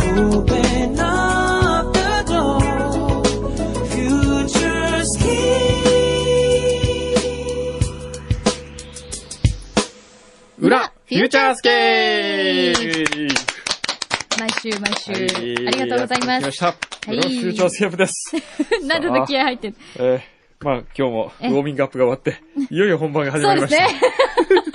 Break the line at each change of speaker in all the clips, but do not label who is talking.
Open up the door. Future's key.
裏、フューチャースケー
毎週毎週、
はい
ありがとうございま。
やってきますした。
い
裏フューチャースケープ です。
なんで気合入ってんの
えー、まあ今日もウォーミングアップが終わ って、いよいよ本番が始
そ
ま
う
り
で
ますした。
ね。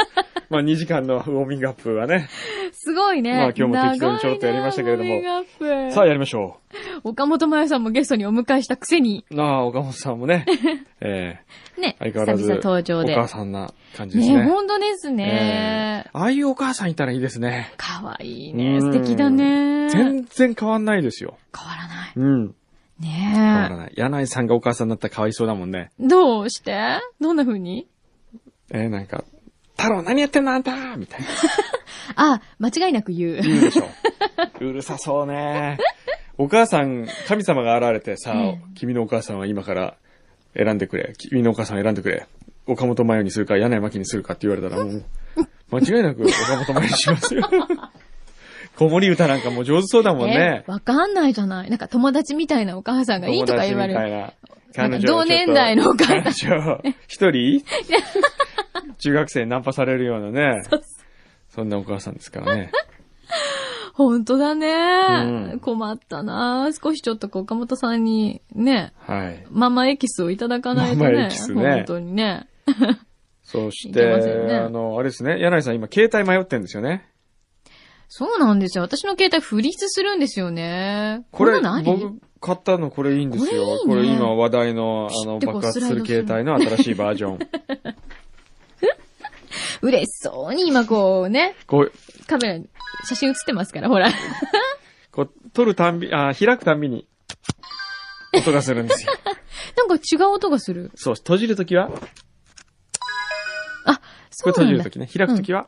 まあ2時間のウォーミングアップはね、
すごいね。
まあ今日も適当にちょろっとやりましたけれども
長いなウォーミングアップ
さあやりましょ
岡本真代さんもゲストにお迎えしたくせに、
う。なあ、岡本さんも ね、え
ね、
ー、相変わらず、
久々登場
お
で。
母さんな感じです
ね、
ね。
本当ですね
えー。ああいうお母さんいたらいいですね。
かわいいね。
うん
素敵だね。変わ
全然変わんないですよ。
らない。
うん。変わら
ね
ない。柳井さんがお母さんになったらかわいそうだもんね。
え。どうしてどんな風に
えー、なんか、太郎何やってんのあんたみたいな。
あ、間違いなく言
い
う。
いでしょ。うるさそうね。お母さん、神様が現れてさ、
うん
君のお母さんは今から選んでくれ。君のお母さんを選んでくれ。岡本真代にするか、柳井真紀にするかって言われたらもう、間違いなく岡本真代にします よ。子守歌なんかもう上手そうだもんね
え。わかんないじゃない。なんか友達みたいなお母さんがいいとか言われる。
る。
なん
彼女
か
を
同
ちょっと
年代のお母さん。
彼女を一 人中学生にナンパされるようなね。そんなお母さんですからね。
本当だ
う
ね。
ん
困ったな少しちょっとこう岡本さんにね、
はい。
ママエキスをいただかないとね。
ママエキスね
本当にね。
そし
いけ
て、
ませんね
あの、あれですね、柳井さん今携帯迷ってんですよね。
そうなんですよ。私の携帯フリーズするんですよね。
これ、
何
僕買ったのこれいいんですよ。こ
こ
れ
れいいね
今話題の、あの、
知ってこう
爆発する
スライ
携
ドする
帯の新しいバージョン。
嬉しそうに今こうね、
こう、
カメラに写真写ってますから、ほら。
こう、撮るたんび、あ、開くたんびに、音がするん ですよ。
なんか違う音がする。
そう、閉じるときは、こ
あ、
れ
そう
閉
な
じる
んだ
と。きね、開くときは、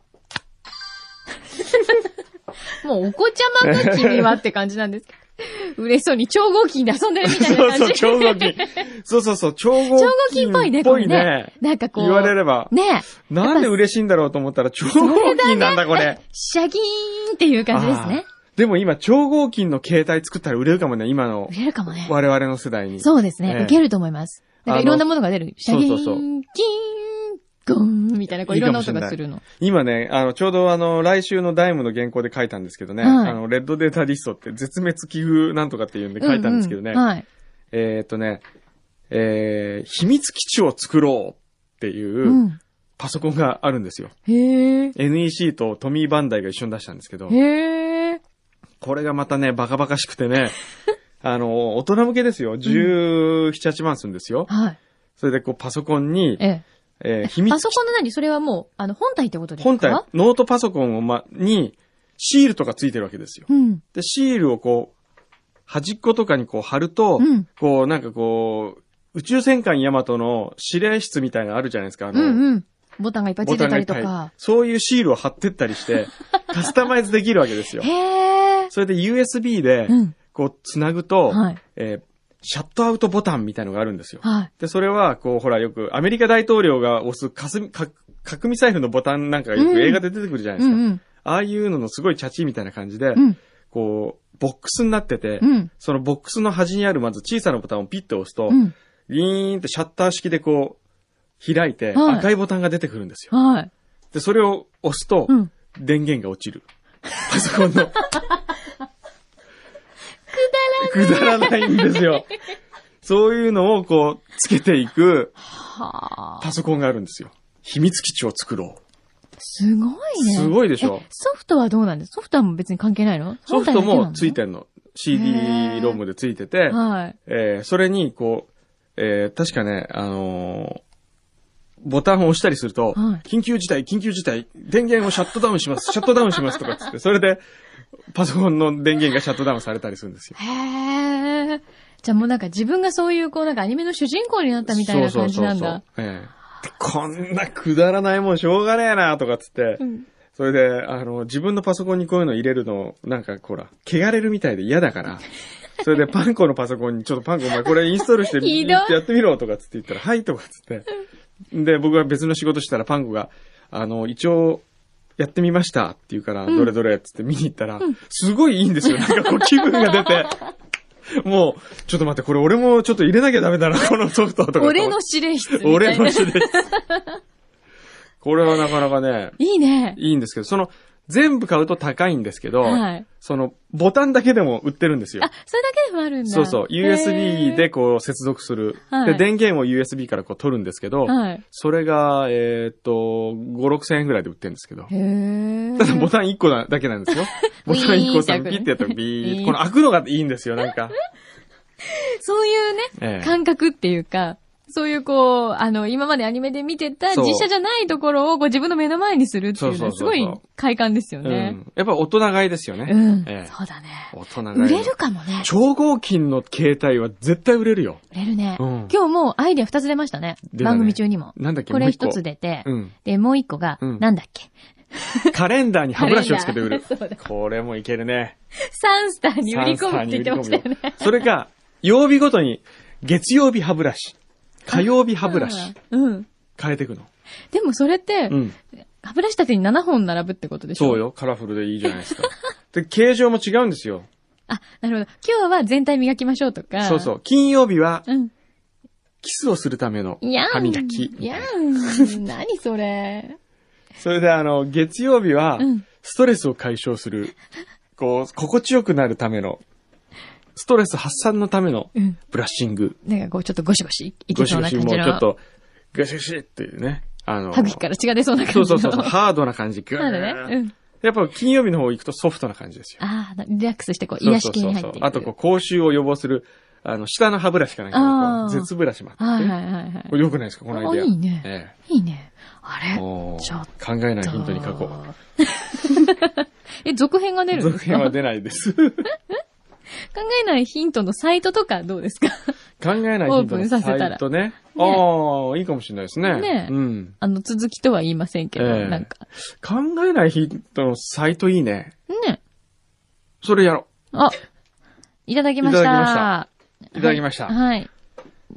もうお子ちゃまか君はって感じなんです けど。嬉しそうに超合金で遊んでるみたいな
そう
感じ。
そう、超合金。そうそうそう、超合金。
超合金っぽいね、これね。なんかこう。
言われれば。
ね
なんで嬉しいんだろうと思ったら、超合金なんだ、これ。
シャギーンっていう感じですね
あ。ー。でも今、超合金の携帯作ったら売れるかもね、今の
売れるかもね。
我々の世代に。
そうですね。
ええ
受けると思います。なんかいろんなものが出る。シ
そ
ャ
う
ギー
そ
ン、
うそう
キーン、ゴーンみたいな、こう
いい
い
か
ろんな
もしれな
音
い
がするの。
今ね、あの、ちょうどあの、来週のダイムの原稿で書いたんですけどね、
はい
あの、レッドデータリストって絶滅危惧なんとかっていうんで書いたんですけどね、
ううんはい。。
えーっとね、えー、秘密基地を作ろうっていううんパソコンがあるんですよ。
へえ。
NEC とトミーバンダイが一緒に出したんですけど、
へえ。
これがまたね、バカバカしくて ね、あの、大人向けですよ。17、8万するんですよ。
はい。
それでこう、パソコンに、
ええ。
えー、秘密
パソコンの何それはもう、あの、本体ってことですか
本体、ノートパソコンをま、に、シールとかついてるわけですよ。
うん。
で、シールをこう、端っことかにこう貼ると、
うん
こう、なんかこう、宇宙戦艦ヤマトの指令室みたいなのあるじゃないですか、あ
う
の、
んうん。ボタンがいっぱいつ
ボ
い
タン
て
が
た
いっ
りと
ぱい
か。。
そういうシールを貼ってったり して、カスタマイズできるわけですよ。
へえ。
それで USB で
う、ん。
こう、つなぐと、
はい。
えーシャットアウトボタンみたいのがあるんですよ。
はい。
で、それは、こう、ほら、よく、アメリカ大統領が押す霞、か核ミサイルのボタンなんかがよ
うん
く映画で出てくるじゃないで
う
す
ん
か。
うん。
ああいうののすごいチャチみたいな感じで、
うん。
こう、ボックスになってて、
うん。
そのボックスの端にあるまず小さなボタンをピッと押すと、
うん。
リーンってシャッター式でこう、開いて、
はい
赤いボタンが出てくるんですよ。
はい。
で、それを押すと、
うん。
電源が落ちる。パソコンの。くだらない。くだらないんですよ。そういうのをこう、つけていく
はあ。
パソコンがあるんですよ。秘密基地を作ろう。
すごいね。
すごいでしょ
えソフトはどうなんですソフトはもう別に関係ないの
ソフトもついて
る。
んの。CD
へー
ロムでついてて、
はい。
えーそれに、こう、えー確かね、あのーボタンを押したりすると、
はい
緊急事態、緊急事態、電源をシャットダウンします、シャットダウンしますとかっ つって、それで、パソコンの電源がシャットダウンされたりするんですよ。
へえ。じゃあもうなんか自分がそういうこうなんかアニメの主人公になったみたいな感じなんだ。
そうそうそうそうええでこんなくだらないもんしょうがねえなとかっつって、
うん
それで、あの、自分のパソコンにこういうの入れるの、なんかほら、汚れるみたいで嫌だ から、それでパンコのパソコンに、ちょっとパンコお前これインストールしてみ、
ひどい
やってみろとかっつって言ったら、はいとかっつって。で、僕が別の仕事してたらパンコが、あの、一応、やってみましたって言うから、どれどれっつって見に行ったら、すごいいいん ですよ。なんかこう気分が出て。もう、ちょっと待って、これ俺もちょっと入れなきゃダメだな、このソフトとか。
俺の指令室みたいな。
俺の詩です。これはなかなかね、
いいね。
いいんですけど、その、全部買うと高いんですけど、
はい
その、ボタンだけでも売ってるんですよ
あ。、それだけでもあるんだ。
そうそう。
へ
USB
ー
で。こう接続する。
はい
で、電源を USB からこう取るんですけど、
はい。
それが、えーっと、5、6千円ぐらいで売ってるんですけど。
へー
ただボタン1個だけなんです よ。ボタン1個さ、
ウィーン
ピッ
って開く
てやったらビーっ
ウィー
て。
ン
この開くのがいいんですよ、なん か。
そういうね、
ええ
感覚っていうか、そういうこう、あの、今までアニメで見てた
そう
実写じゃないところをこう自分の目の前にするっていう
そ
の
うそう
は
そう
すごい快感ですよ
う
ね。
ん。やっぱ大人買いですよね。
うん。
ええ
そうだね。
大人買いの。
売れるかもね。
超合金の携帯は絶対売れるよ。
売れるね。
うん
今日もうアイデア2つ出ましたね。
出たね
番組中にも。
なんだっけ
こ
もう
れ
一個
1つ出て、
うん。
で、もう1個が、
うん
なんだっけ
カレンダーに歯ブラシをつけて売る
カレンダーそうだ。
これもいけるね。
サンスターに売り込むって言ってましたよね。
それか、曜日ごとに、月曜日歯ブラシ、火曜日歯ブラシ、
うん。
変えていくの。
でもそれって、
うん。
歯ブラシ立てに7本並ぶってことでしょ
そう。よ。カラフルでいいじゃないです か。で、形状も違うんですよ。
あ、なるほど。今日は全体磨きましょうとか。
そうそう。金曜日は、
う。うん。
キスをするための
いやん。
歯磨き。
いやん。何それ。
それで、あの、月曜日は
うん、
ストレスを解消する、こう、心地よくなるための、ストレス発散のための
うん。
ブラッシング。
なんかこう、ちょっとゴシゴシいけ
ゴシ
そう
ゴ
な
シ
感
も
じ
うちょっ
の。
と、ゴシゴシっていうね。あの、
歯茎から血が出そうな
そ
感
う
じ
そ
の。
うそうそう、ハードな感 じ。グ
なん
ー
だね。うん。
やっぱ金曜日の方行くとソフトな感じですよ。
ああ、リラックスしてこう、癒し系に入っていく。
あとこう、口臭を予防する、あの、下の歯ブラシかなんか
あ
の
ー
こう、舌ブラシもあっ
はい
てね。
はいはいはい
こ。れ良くないですかこのアイデア。
あいいね
え
いいね。あ
え。
れ
もう、
ちょっ
考えないヒントに書こう。
え、続編が出るんで
続
す
編は
か
出ない です。
考えないヒントのサイトとかどうですか
考えないヒントのサイトね。
オープンさせたら
ああ、いいかもしれないですね。
ね
うん。
あの、続きとは言いませんけど、
ええ
なんか。
考えないヒントのサイトいいね。
ね。
それやろ
あ、いただきまし
い
た。
ただきましたう。いただきました。
はい。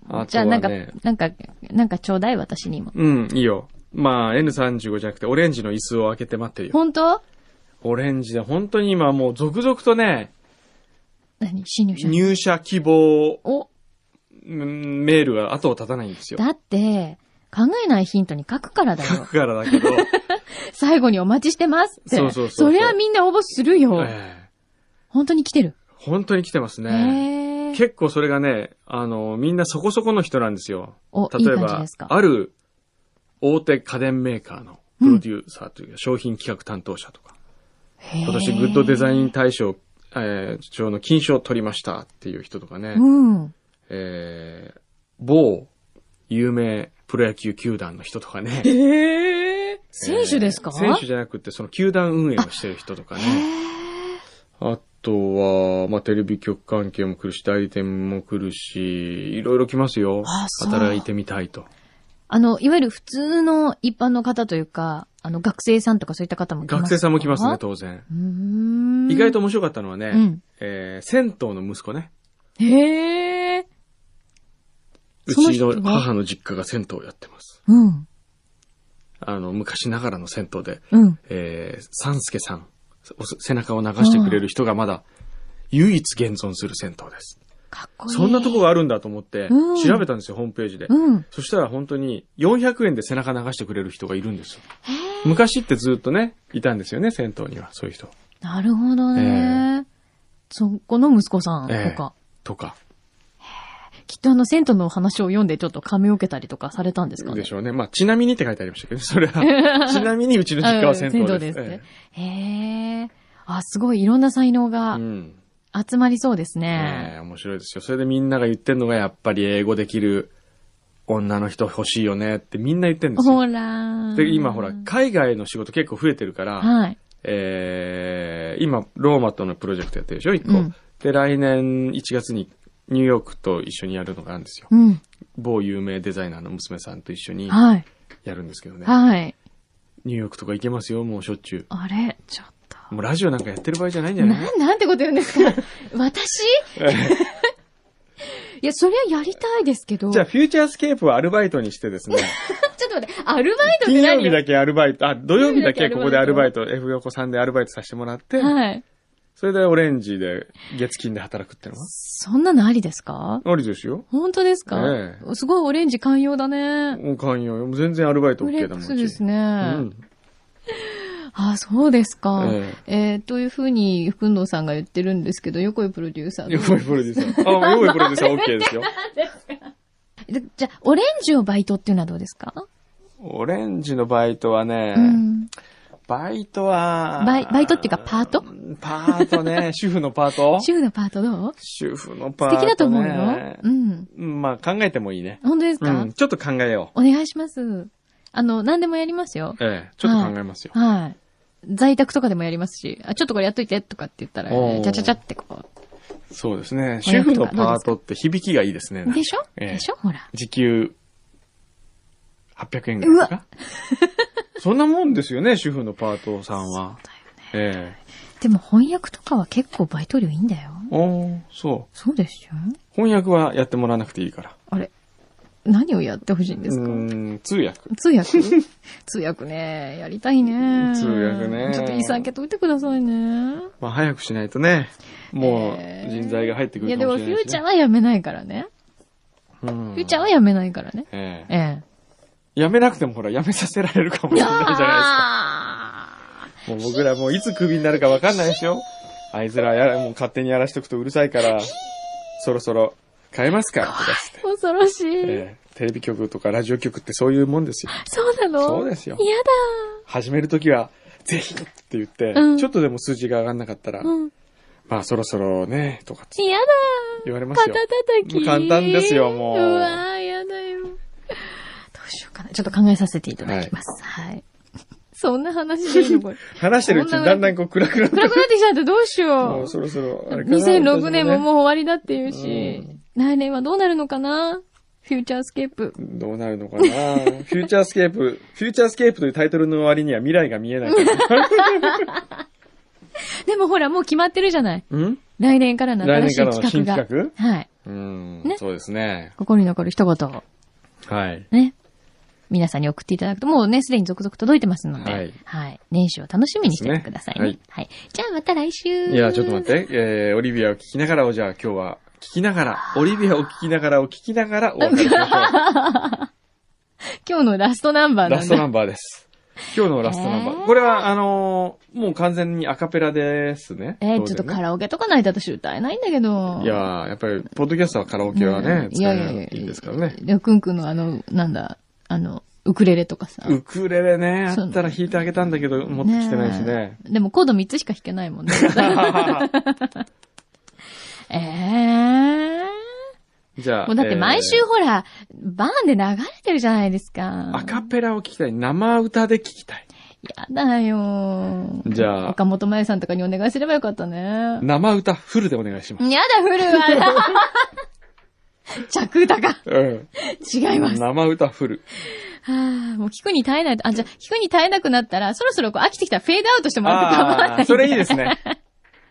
あと
じゃ
は
あ、なんか
ね、、
なんか、なんかちょうだい、私にも。
うん、いいよ。まあ、N35 じゃなくて、オレンジの椅子を開けて待ってるよ。
本当
オレンジで、本当に今もう続々とね、
何新入社員。
入社希望
お、
うんメールが後を絶たないんですよ。
だって、考えないヒントに書くからだ
書
よ
く。からだけ ど、
最後にお待ちしてますって。
そうそうそうそう
りゃみんな応募するよ。
ええ
本当に来てる。
本当に来てますね。
へえ。
結構それがね、あの、みんなそこそこの人なんですよ。
お、いい
例え
感じ
ば
です、か。
ある大手家電メーカーのプロデューサーというか商品企画担当者とか、
今
今年グッドデザイン大賞、えー、賞の金賞を取りましたっていう人とかね、
うん。
えー、某有名プロ野球球団の人とかね、
へえ。選手ですか
えー選手じゃなくて、その球団運営をしてる人とかね。あとは、まあ、テレビ局関係も来るし、代理店も来るし、いろいろ来ますよ。
あそう
働いてみたいと。
あの、いわゆる普通の一般の方というか、あの、学生さんとかそういった方も来ます
学生さんも来ますね、
と。
当然。
うーん。
意外と面白かったのはね、
うん
えー、銭湯の息子ね。
へえ。
う
その
ち
人は
の母の実家が銭湯をやってます。
うん。
あの、昔ながらの銭湯で、
うん。
えー、三助さん、お背中を流してくれる人がまだ、唯一現存する銭湯です。
かっこいい。
そんなとこがあるんだと思って、
うん
調べたんですよ、ホームページで。
うん。
そしたら本当に400円で背中流してくれる人がいるんですよ。昔ってずっとね、いたんですよね、銭湯には、そういう人。
なるほどね。そこの息子さんとか、
とか。
きっとあの、銭湯の話を読んでちょっと髪を受けたりとかされたんですかね。
でしょうね。まあ、ちなみにって書いてありましたけどね、それ は。ちなみにうちの実家は銭湯
うん
です。
ね。へえ。あ、すごい、いろんな才能
ええ
が
うん。
集まりそうです
ねえ
ね。
面白いですよ。それでみんなが言ってんのが、やっぱり英語できる女の人欲しいよねってみんな言ってんですよ。
ほら。
で、今ほら、海外の仕事結構増えてるから、
はい。
えー今、ローマとのプロジェクトやってるでしょ、1個。
うん
で、来年1月にニューヨークと一緒にやるのがあるんですよ。
うん。
某有名デザイナーの娘さんと一緒に
はい。
やるんですけどね。
はい。
ニューヨークとか行けますよ、もうしょっちゅ
あれちょっと。
う。もうラジオなんかやってる場合じゃないんじゃない
なん、なんてこと言うんです か私いや、そりゃやりたいですけど。
じゃあ、
ち
フューチャースケープはアルバイトにしてですね、
ょっとと待って、アルバイトって
金曜
何
日だけアルバイト、あ、土曜日だけここでアルバイ
土
ト、F 横さんでアルバイトさせてもらって、
はい。
それでオレンジで月金で働くってのは
そんなのありですか
ありですよ。
本当ですか、
え
すごいオレンジ寛容だね。
もう寛容よ。もう全然アルバイト
フ
OK
レ
だもん
ックスです
ね。
ね。
うん。
あ、そうですか。え
え
ーというふうに、ふんどうさんが言ってるんですけど、横井プロデューサー
ヨボイプロデュ ーサー。あ、ヨボイプロデューサー OK ですよ。
でじゃあ、オレンジをバイトっていうのはどうですか、
オレンジのバイトはね、
うん。
バイトは、
バイバイトっていうかパート
パートね、主婦のパート
主婦のパートどう
主婦のパ
素
ート、ね。
敵だと思うよ。うん。
うんまあ考えてもいいね。
本当です
う
か、
ん、ちょっと考えよ
お願いします。あの、何でもやりますよ。
う。ええ、ちょっと考えますよ。
はい。在宅とかでもやりますし、あ、ちょっとこれやっといてとかって言ったら、
おー
ちゃちゃちゃってこ
そうですね。
お
主
役
婦
と
の
か
パートって響きがいいですね。
う。でしょ、
ええ
でしょほら。
時給800円ぐらいですかそんなもんですよね、主婦のパートさんは。ええ
でも翻訳とかは結構バイト料いいんだよ。
おーそう。
そうでしょ
翻訳はやってもらわなくていいから。
あれ。何をやってほしいんです
う
か
ーん、通訳。
通訳 通訳ね。やりたいね。
通訳ね
ちょっといい酒といてくださいね。
まあ早くしないとね、も
え
う
え
人材が入ってく
いや
るかも
でも、
し
フ
れない
ューチャ
し
ー
ね。
はやめないからね。
フュ
フューチャーはやめないからね。
ええ
ええ。
辞めなくてもほら、辞めさせられるかもしれないじゃないですか。もう僕らもういつクビになるかわかんないですよ。あいつらやら、もう勝手にやらしとくとうるさいから、そろそろ変えますかとかっつって。
恐ろしい。
ええテレビ局とかラジオ局ってそういうもんですよ。
そうなの
そうですよ
嫌
始めるときは、ぜひって言って、
うん
ちょっとでも数字が上がんなかったら、
だ。うん。
まあそろそろね、とかって
嫌だ。
言われます
肩
よ。
叩き。
簡単ですよもう
うわぁ、嫌だよ。どうしようかな。ちょっと考えさせていただきます。はい。 そんな話でいいのこれ。
話してるうちにだんだんこう暗くなって、
暗くなってきちゃってどうし
も
よ
う
う。
そろそろあれかな。
2006年もも
う。
う終わりだっていうし、来年はどうなるのかなフューチャースケープ。
どうなるの かなフューチャースケープ、フューチャースケープというタイトルの割には未来が見えない から。
でもほら、もう決まってるじゃない。
うん
来年からの
来
新
年
し
からの新
い企画が。
企
はい。
画うん、
ね
そうですね。
ここに残る一言を
はい。
ね。皆さんに送っていただくと、もうね、すでに続々届いてますので、
は
はいい。年始を楽しみにしててくださいね。
ですね
はい、じゃあまた来週。
いや、ちょっと待って。えー、オリビアを聞きながらを、じゃあ今日は聞きながら、オリビアを聞きながらを聞きながらお別れしましょ
今日のラストナンバー
う。
なんだ。
ラストナンバーです。今日のラストナンバー。
えー
これは、あのーもう完全にアカペラですね。当
えー
然ね
ちょっとカラオケとかないと私歌えないんだけど。
いやー、やっぱり、ポッドキャストはカラオケはね、
うんい
使
や
え
いや
ない
や
いいですからね。
で、くんくんのあの、なんだ、あの、ウクレレとかさ。
ウクレレね、あ
そう
ったら弾いてあげたんだけど、持ってきてないしね。
えでもコード3つしか弾けない もんね。ええ
じゃあ。
もうだって毎週
えー
ほら、バーンで流れてるじゃないですか。
アカペラを聞きたい。生歌で聞きたい。
やだよ
じゃあ
岡本麻衣さんとかにお願いすればよかったね。
生歌フルでお願いします。
やだ、フルは。 着歌か。
うん。
違います。は
生歌フル。
あ、もう聞くに耐えないと、あ、じゃあ聞くに耐えなくなったら、そろそろこう飽きてきたらフェードアウトしてもらって構わないん
あ
で
あ、それいい です。ね。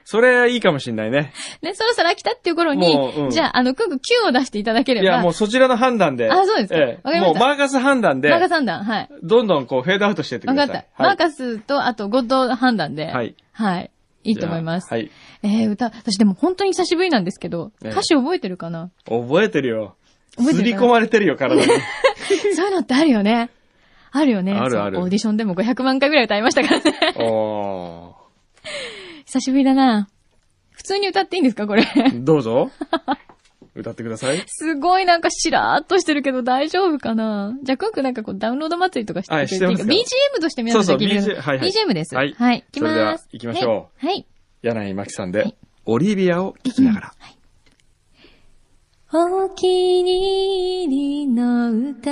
それいいかもしんないね。
ね、そろそろ飽きたっていう頃に
もうう、ん
じゃあ、あの、くんくん9を出していただけれ
い
ば。
や、もうそちらの判断で。
あそうですか
え
わか
え
りま
もう
した
マーカス判断で
マー、カス判断、はい。
どんどんこうフェードアウトしていって
わ
く
か
だ
っ
さ
た
い。。
マー
ス
カスと、あと、ゴッド判断で。
はい。
はい。いいと思います。
はい。
えー、歌、私でも本当に久しぶりなんですけど、
ええ
歌詞覚えてる かな
覚えてるよ。
覚え
す
てる
り込まれてるよ、体に。
そういうのってあるよね。あるよね。
あるある
そうオーディションでも500万回ぐらい歌いましたからね。
お
久しぶりだな。普通に歌っていいんです かこれ。
ー。どうぞ。歌ってください。
すごいなんかしらーっとしてるけど大丈夫かなじゃあ、くんくんなんかこうダウンロード祭りとかしてくれていいか
はいしてますよ
?BGM として皆さんで聞いて
そうそう BGM はいはい
BGM です。
はい
はい。いきま
それでは
ーす。
行きましょ
う。はい。
柳井真紀さんで、オリビアを聴きなが ら。
お気に入りの歌、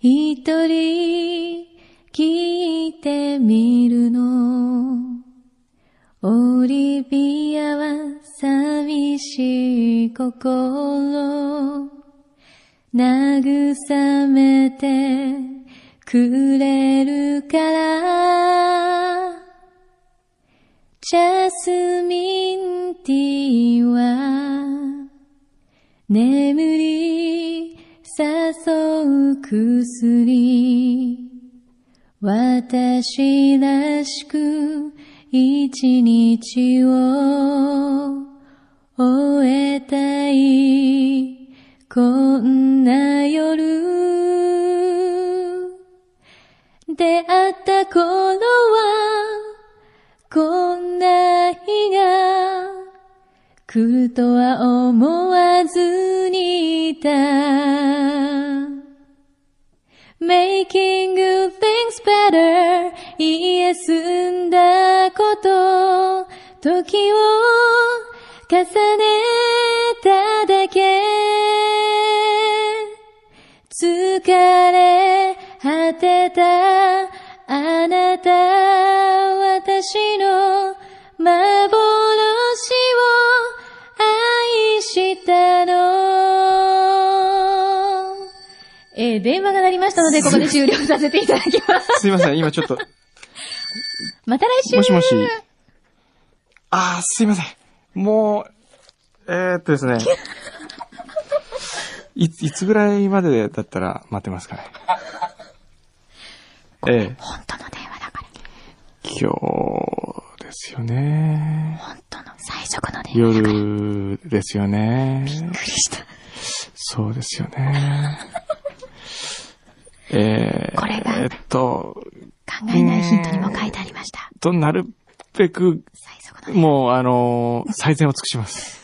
一人聞いてみるの。オリビアは寂しい心、慰めてくれるから、ジャスミンティーは眠り誘う香薬私らしく一日を終えたいこんな夜出会った頃はこんな日が来るとは思わずにいた Making good things better 言い休んだこと時を重ねただけ疲れ果てたあなた私の幻を愛したのえー電話が鳴りました ので、ここで終了させていただきます。
すいません、今ちょっと、
また来週
もしもし。あー、すいません。もう、えー、っとですね。い、いつぐらいまでだったら待ってますかね。ええ、
本当の電話だから。
今日ですよね。
本当の最速の電話。
夜ですよね。
びっくりした。
そうですよね。えー、
これが
えーっと、
考えないヒントにも書いてありました。
となるべく、
最速の電話。
もう、あのー最善を尽くします。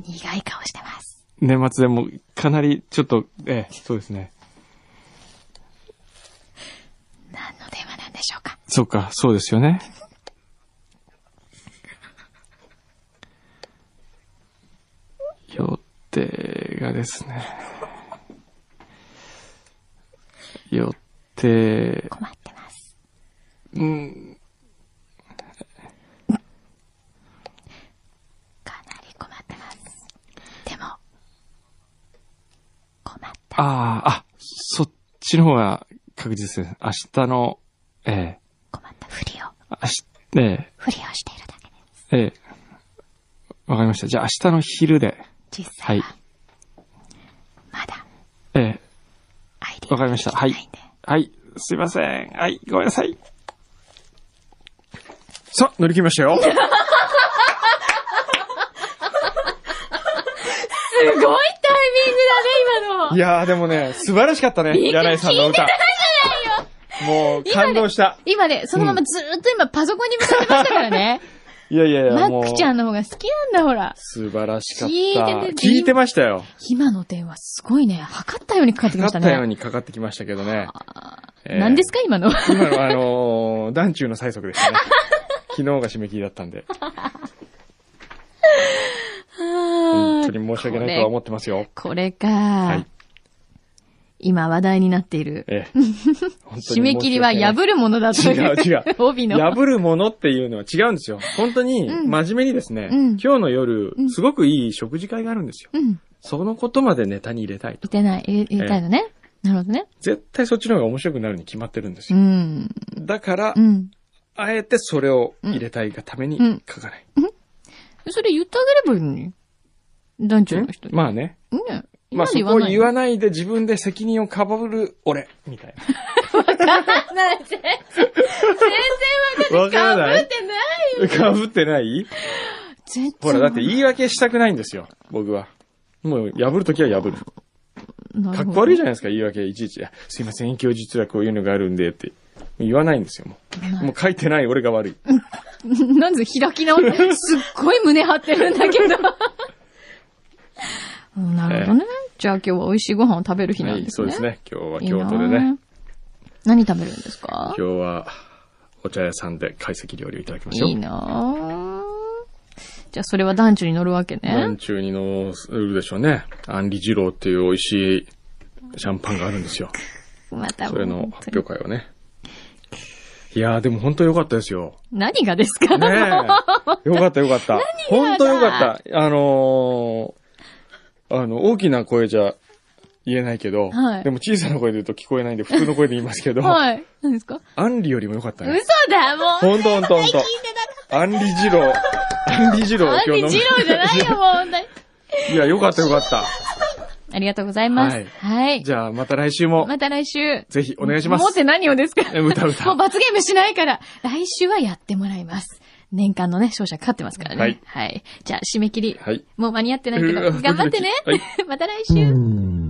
苦い顔してます。
年末でも、かなり、ちょっと、ええ、そうですね。
何の電話なんでしょうか。
そうか、そうですよね。予定がですね。予定、
困ってます。
うん、
かなり困ってます。でも、困った。
ああ、あ、そっちの方が確実です。明日の、ええ、
困った。ふりを、
明日、ええ、
ふりをしているだけです。
ええ、わかりました。じゃあ明日の昼で、
実際は、
はい
まだ、
ええ、
アイディア
わかりました。は
が
い
できてないんで。
はい。すいません。はい。ごめんなさい。さあ、乗り切りました よ。
すごいタイミングだね、今の。
いやー、でもね、素晴らしかったね。柳井さんの歌。もう、感動した。
今ね、そのままずーっと今パソコンに向かってましたからね。
いやいやい
マ
や、もう
ック。ちゃんの方が好きなんだ、ほら。
素晴らしかっ
聞
た。
いてる
聞いてましたよ。
今の電話すごいね。測ったようにかかってき
な
ま
っ
した
たよう
ね。
にかかってきましたけどね。えー
何ですか、今の。
今のはあのー、団中の最速でした ね。昨日が締め切りだったんで、本当に申し訳ないとは思ってますよ。
これ
は
か
い。
今話題になっている。
ええ。本当に申し訳
締
ない
め切りは破るものだとい
違う違う
う。 帯の。
破るものっていうのは違うんです よ。本当に、
うん
真面目にですね、
うん
今日の夜
う、ん
すごくいい食事会があるんですよ。
うん。
そのことまでネタに入れたいと
見。てない。入れ入れたいのね。なるほどね。
絶対そっちの方が面白くなるに決まってるんです
う
よ。
ん。
だから
う、ん。
あえてそれを入れたいがために
うん
書かない。
それ言ってあげればいいのに。団長の人に。
まあね。
ね。
まあ
なん
そ
で
こを言
わ
わないで自分で責任をかぶる俺、みたい
ない。全然
な。わ
か
から
ぶ
な
っ
い
てない。
かぶってない
全然。
ほら、だって言い訳したくないんですよ、僕は。もう、破るときは破る。
な
か
る
っ
ほど
こ悪いじゃないですか、言い訳、いちいち。いやすいません、今日実はこういうのがあるんで、って。言わないんですよ、もう。もう書いてない俺が悪い。
なんで開き直 って、すっごい胸張ってるんだけど。なるほどね。じゃあ今日は美味しいご飯を食べる日
は
なん
い、
です
そ
ね。
うですね。今日はい
いな
京都でね。。
何食べるんですか
今日は、お茶屋さんで懐石料理をいただきましょう。
いいなじゃあそれは男女に乗るわけ
ラ
ね
ン。中にのるでしょうね。アンリ二郎っていう美味しいシャンパンがあるんですよ。
また
それの
本
発
当に
表会をね。いやーでも本当良かったですよ。
何がですか、
ねえ。よかったよかった。本当良かった。あのー、あの、大きな声じゃ言えないけど、
はい
でも小さな声で言うと聞こえないんで普通の声で言いますけど、
はい。何ですか
アンリよりも良かった
嘘
ね。
だもう
ほんとほんとほんと。アンリ二郎、アンリ二郎を
アン
今
リ
日飲む
二郎じゃないよ、もう。本当に
いや、よかったよかった。
ありがとうございます。
はい
はい。
じゃあ、また来週も、
また来週。
ぜひお願いします
もうって何をですか
え歌歌
もう罰ゲームしないから、来週はやってもらいます。年間のね、勝者かかってますからね。
はい
はい。じゃあ、締め切り。
はい。
もう間に合ってないけど、
うわ
頑張ってね。
ドキド
また来週。
キはい